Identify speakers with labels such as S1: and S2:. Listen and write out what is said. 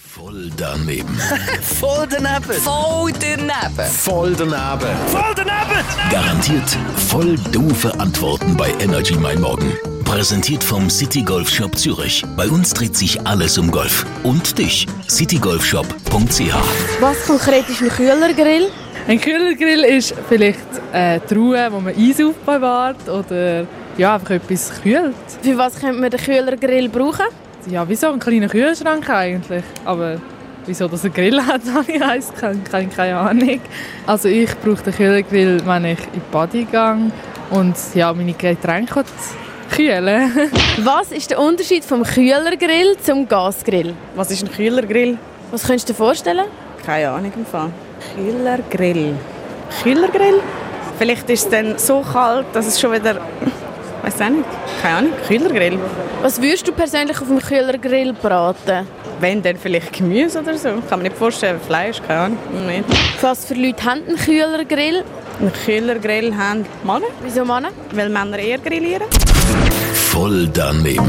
S1: Voll daneben.
S2: Voll daneben.
S3: Voll daneben.
S1: Voll daneben. Garantiert voll doofe Antworten bei Energy Mein Morgen. Präsentiert vom City Golf Shop Zürich. Bei uns dreht sich alles um Golf. Und dich, citygolfshop.ch.
S4: Was konkret ist ein Kühlergrill?
S5: Ein Kühlergrill ist vielleicht äh, die Ruhe, wo man Eis aufbewahrt oder ja, einfach etwas kühlt.
S4: Für was könnte man den Kühlergrill brauchen?
S5: Ja, wie so ein kleiner Kühlschrank eigentlich. Aber wieso das ein Grill hat, habe ich heisst, keine, keine, keine Ahnung. Also ich brauche den Kühlergrill, wenn ich in die Body gehe und ja, meine Getränke kühlen.
S4: Was ist der Unterschied vom Kühlergrill zum Gasgrill?
S6: Was ist ein Kühlergrill?
S4: Was könntest du dir vorstellen?
S6: Keine Ahnung im Fall. Kühlergrill. Kühlergrill? Vielleicht ist es dann so kalt, dass es schon wieder... Weiß auch nicht. Keine Ahnung. Kühlergrill.
S4: Was würdest du persönlich auf dem Kühlergrill braten?
S6: Wenn, dann vielleicht Gemüse oder so. Kann man nicht vorstellen. Fleisch, keine Ahnung. Nicht.
S4: Was für Leute haben einen Kühlergrill?
S6: Ein Kühlergrill haben Männer,
S4: Wieso Männer?
S6: weil Männer eher grillieren.
S1: Voll daneben.